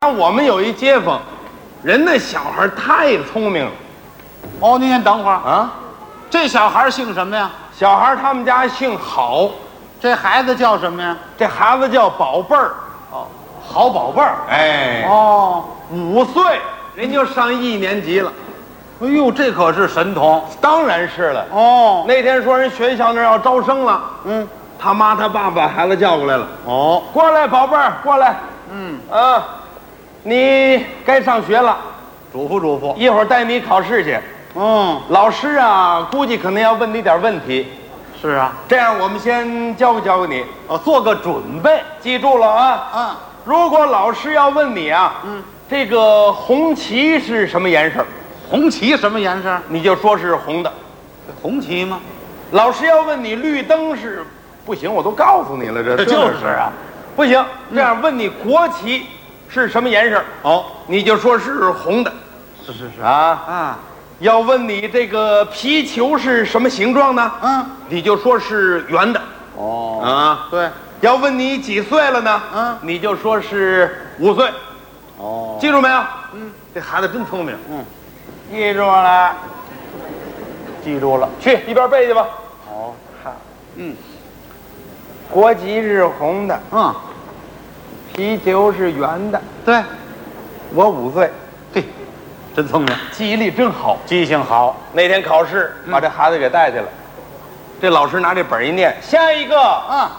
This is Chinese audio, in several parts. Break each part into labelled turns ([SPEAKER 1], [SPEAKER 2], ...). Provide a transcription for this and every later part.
[SPEAKER 1] 啊，我们有一街坊，人那小孩太聪明了
[SPEAKER 2] 哦，您先等会儿，
[SPEAKER 1] 啊！
[SPEAKER 2] 这小孩姓什么呀？
[SPEAKER 1] 小孩他们家姓郝，
[SPEAKER 2] 这孩子叫什么呀？
[SPEAKER 1] 这孩子叫宝贝儿，哦
[SPEAKER 2] 好宝贝儿。
[SPEAKER 1] 哎，
[SPEAKER 2] 哦，
[SPEAKER 1] 五岁人就上一年级了，
[SPEAKER 2] 哎呦，这可是神童。
[SPEAKER 1] 当然是了。
[SPEAKER 2] 哦，
[SPEAKER 1] 那天说人学校那儿要招生了，
[SPEAKER 2] 嗯，
[SPEAKER 1] 他妈他爸把孩子叫过来了，
[SPEAKER 2] 哦，
[SPEAKER 1] 过来，宝贝儿，过来，
[SPEAKER 2] 嗯，
[SPEAKER 1] 啊，你该上学了，
[SPEAKER 2] 嘱咐嘱咐。
[SPEAKER 1] 一会儿带你考试去。
[SPEAKER 2] 嗯，
[SPEAKER 1] 老师啊，估计可能要问你点问题，
[SPEAKER 2] 是啊。
[SPEAKER 1] 这样我们先教给教给你，呃
[SPEAKER 2] 哦，做个准备。
[SPEAKER 1] 记住了啊。
[SPEAKER 2] 嗯，
[SPEAKER 1] 如果老师要问你啊，
[SPEAKER 2] 嗯，
[SPEAKER 1] 这个红旗是什么颜色，
[SPEAKER 2] 红旗什么颜色？
[SPEAKER 1] 你就说是红的。
[SPEAKER 2] 红旗吗？
[SPEAKER 1] 老师要问你绿灯是，不行，我都告诉你了，这
[SPEAKER 2] 就是啊，
[SPEAKER 1] 不行。这样问你国旗是什么颜色，
[SPEAKER 2] 哦，
[SPEAKER 1] 你就说是红的
[SPEAKER 2] 是是是。
[SPEAKER 1] 啊。
[SPEAKER 2] 啊，
[SPEAKER 1] 要问你这个皮球是什么形状呢，
[SPEAKER 2] 嗯，
[SPEAKER 1] 你就说是圆的
[SPEAKER 2] 哦，
[SPEAKER 1] 啊。
[SPEAKER 2] 对，
[SPEAKER 1] 要问你几岁了呢，
[SPEAKER 2] 嗯
[SPEAKER 1] 你就说是五岁，
[SPEAKER 2] 哦，
[SPEAKER 1] 记住没有？
[SPEAKER 2] 嗯，
[SPEAKER 1] 这孩子真聪明。
[SPEAKER 2] 嗯，
[SPEAKER 1] 记住了。
[SPEAKER 2] 记住了。
[SPEAKER 1] 去一边背去吧。
[SPEAKER 2] 哦，嗯
[SPEAKER 1] 国旗是红的，
[SPEAKER 2] 嗯，
[SPEAKER 1] 皮球是圆的。
[SPEAKER 2] 对，
[SPEAKER 1] 我五岁，
[SPEAKER 2] 嘿，真聪明，
[SPEAKER 1] 记忆力真好。
[SPEAKER 2] 记性好。
[SPEAKER 1] 那天考试把这孩子给带去了，这老师拿这本儿一念，下一个
[SPEAKER 2] 啊，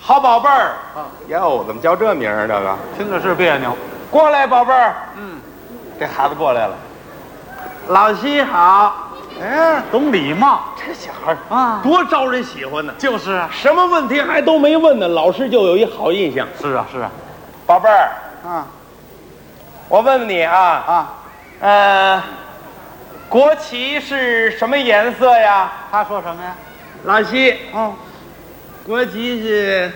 [SPEAKER 1] 好宝贝儿
[SPEAKER 2] 啊。
[SPEAKER 1] 哟，怎么叫这名儿？这个
[SPEAKER 2] 听着是别扭。
[SPEAKER 1] 过来，宝贝儿。
[SPEAKER 2] 嗯，
[SPEAKER 1] 这孩子过来了，老师好。
[SPEAKER 2] 哎，懂礼貌
[SPEAKER 1] 这小孩儿
[SPEAKER 2] 啊。
[SPEAKER 1] 多招人喜欢呢，
[SPEAKER 2] 就是啊，
[SPEAKER 1] 什么问题还都没问呢，老师就有一好印象。
[SPEAKER 2] 是啊，是啊，
[SPEAKER 1] 宝贝儿，
[SPEAKER 2] 啊
[SPEAKER 1] 我问问你啊
[SPEAKER 2] 啊，
[SPEAKER 1] 呃，国旗是什么颜色呀？
[SPEAKER 2] 他说什么呀？
[SPEAKER 1] 老西，
[SPEAKER 2] 嗯，
[SPEAKER 1] 国旗是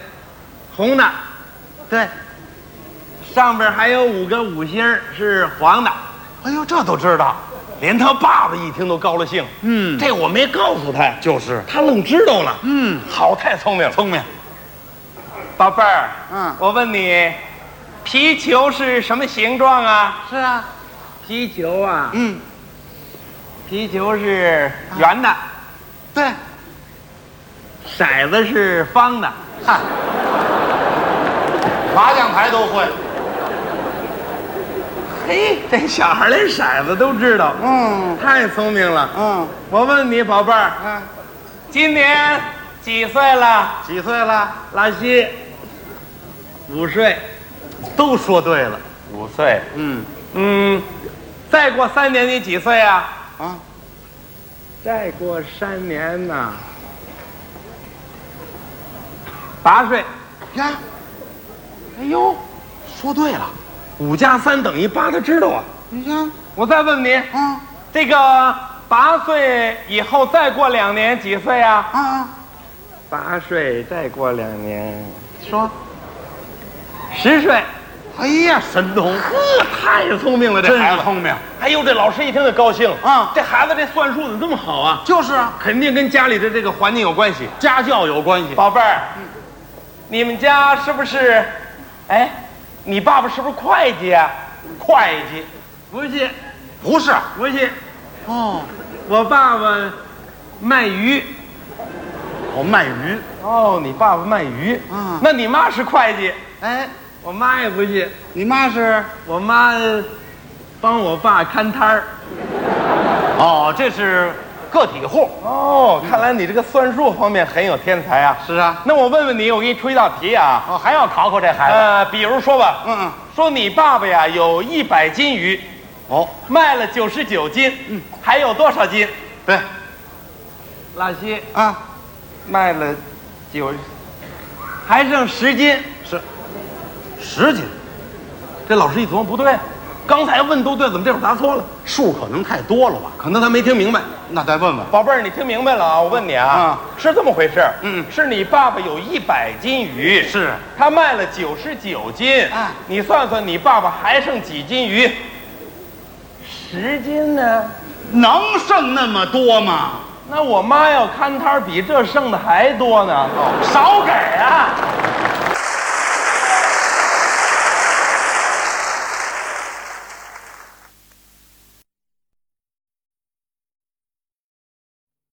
[SPEAKER 1] 红的，
[SPEAKER 2] 对，
[SPEAKER 1] 上边还有五个五星儿是黄的。
[SPEAKER 2] 哎呦，这都知道，
[SPEAKER 1] 连他爸爸一听都高了兴。
[SPEAKER 2] 嗯，
[SPEAKER 1] 这我没告诉他呀，
[SPEAKER 2] 就是，
[SPEAKER 1] 他愣知道了。
[SPEAKER 2] 嗯，
[SPEAKER 1] 好，太聪明了，
[SPEAKER 2] 聪明，
[SPEAKER 1] 宝贝儿。
[SPEAKER 2] 嗯
[SPEAKER 1] 我问你，皮球是什么形状啊？
[SPEAKER 2] 是啊，
[SPEAKER 1] 皮球啊，
[SPEAKER 2] 嗯，
[SPEAKER 1] 皮球是圆
[SPEAKER 2] 啊
[SPEAKER 1] 的，
[SPEAKER 2] 对，
[SPEAKER 1] 骰子是方的。
[SPEAKER 2] 嗨，麻将牌都会，
[SPEAKER 1] 嘿，这小孩连骰子都知道。
[SPEAKER 2] 嗯
[SPEAKER 1] 太聪明了！
[SPEAKER 2] 嗯
[SPEAKER 1] 我问你，宝贝儿，
[SPEAKER 2] 嗯，
[SPEAKER 1] 今年几岁了？
[SPEAKER 2] 几岁了？
[SPEAKER 1] 老西，五岁。
[SPEAKER 2] 都说对了，
[SPEAKER 1] 五岁。
[SPEAKER 2] 嗯
[SPEAKER 1] 嗯，再过三年你几岁啊？
[SPEAKER 2] 啊，
[SPEAKER 1] 再过三年呢？八岁。
[SPEAKER 2] 呀，
[SPEAKER 1] 哎呦，
[SPEAKER 2] 说对了，
[SPEAKER 1] 五加三等于八，他知道啊。
[SPEAKER 2] 你看，
[SPEAKER 1] 我再问你，
[SPEAKER 2] 啊
[SPEAKER 1] 这个八岁以后再过两年几岁啊？
[SPEAKER 2] 啊啊，
[SPEAKER 1] 八岁再过两年，
[SPEAKER 2] 说，
[SPEAKER 1] 十岁。
[SPEAKER 2] 哎呀，神童，
[SPEAKER 1] 呵，太聪明了，这孩
[SPEAKER 2] 真
[SPEAKER 1] 子。
[SPEAKER 2] 聪明，
[SPEAKER 1] 哎呦，这老师一听就高兴
[SPEAKER 2] 啊
[SPEAKER 1] 这孩子这算术怎么这么好啊？
[SPEAKER 2] 就是啊，
[SPEAKER 1] 肯定跟家里的这个环境有关系。
[SPEAKER 2] 家教有关系，
[SPEAKER 1] 宝贝儿，你们家是不是？哎，你爸爸是不是会计啊？
[SPEAKER 2] 会计
[SPEAKER 1] 不是，
[SPEAKER 2] 不是，
[SPEAKER 1] 不是，
[SPEAKER 2] 哦，
[SPEAKER 1] 我爸爸卖鱼。
[SPEAKER 2] 我卖鱼，
[SPEAKER 1] 哦，你爸爸卖鱼
[SPEAKER 2] 嗯
[SPEAKER 1] 那你妈是会计？
[SPEAKER 2] 哎。
[SPEAKER 1] 我妈也不是，
[SPEAKER 2] 你妈是？
[SPEAKER 1] 我妈帮我爸看摊儿。
[SPEAKER 2] 哦，这是个体户。
[SPEAKER 1] 哦，看来你这个算术方面很有天才啊。
[SPEAKER 2] 是啊。
[SPEAKER 1] 那我问问你，我给你出一道题啊。
[SPEAKER 2] 哦，还要考考这孩子。
[SPEAKER 1] 呃，比如说吧，
[SPEAKER 2] 嗯嗯。
[SPEAKER 1] 说你爸爸呀有一百斤鱼，
[SPEAKER 2] 哦，
[SPEAKER 1] 卖了九十九斤，嗯，还有多少斤？
[SPEAKER 2] 对
[SPEAKER 1] 老西
[SPEAKER 2] 啊，
[SPEAKER 1] 卖了九，还剩十斤。
[SPEAKER 2] 十斤
[SPEAKER 1] 这老师一琢磨不对，刚才问都对，怎么这会儿答错了？
[SPEAKER 2] 数可能太多了吧？
[SPEAKER 1] 可能他没听明白。
[SPEAKER 2] 那再问问。
[SPEAKER 1] 宝贝儿，你听明白了啊？我问你啊，是这么回事？
[SPEAKER 2] 嗯
[SPEAKER 1] 是你爸爸有一百斤鱼，
[SPEAKER 2] 是
[SPEAKER 1] 他卖了九十九斤，
[SPEAKER 2] 啊
[SPEAKER 1] 你算算你爸爸还剩几斤鱼？十斤呢？
[SPEAKER 2] 能剩那么多吗？
[SPEAKER 1] 那我妈要看摊儿比这剩的还多呢，
[SPEAKER 2] 哦少给啊！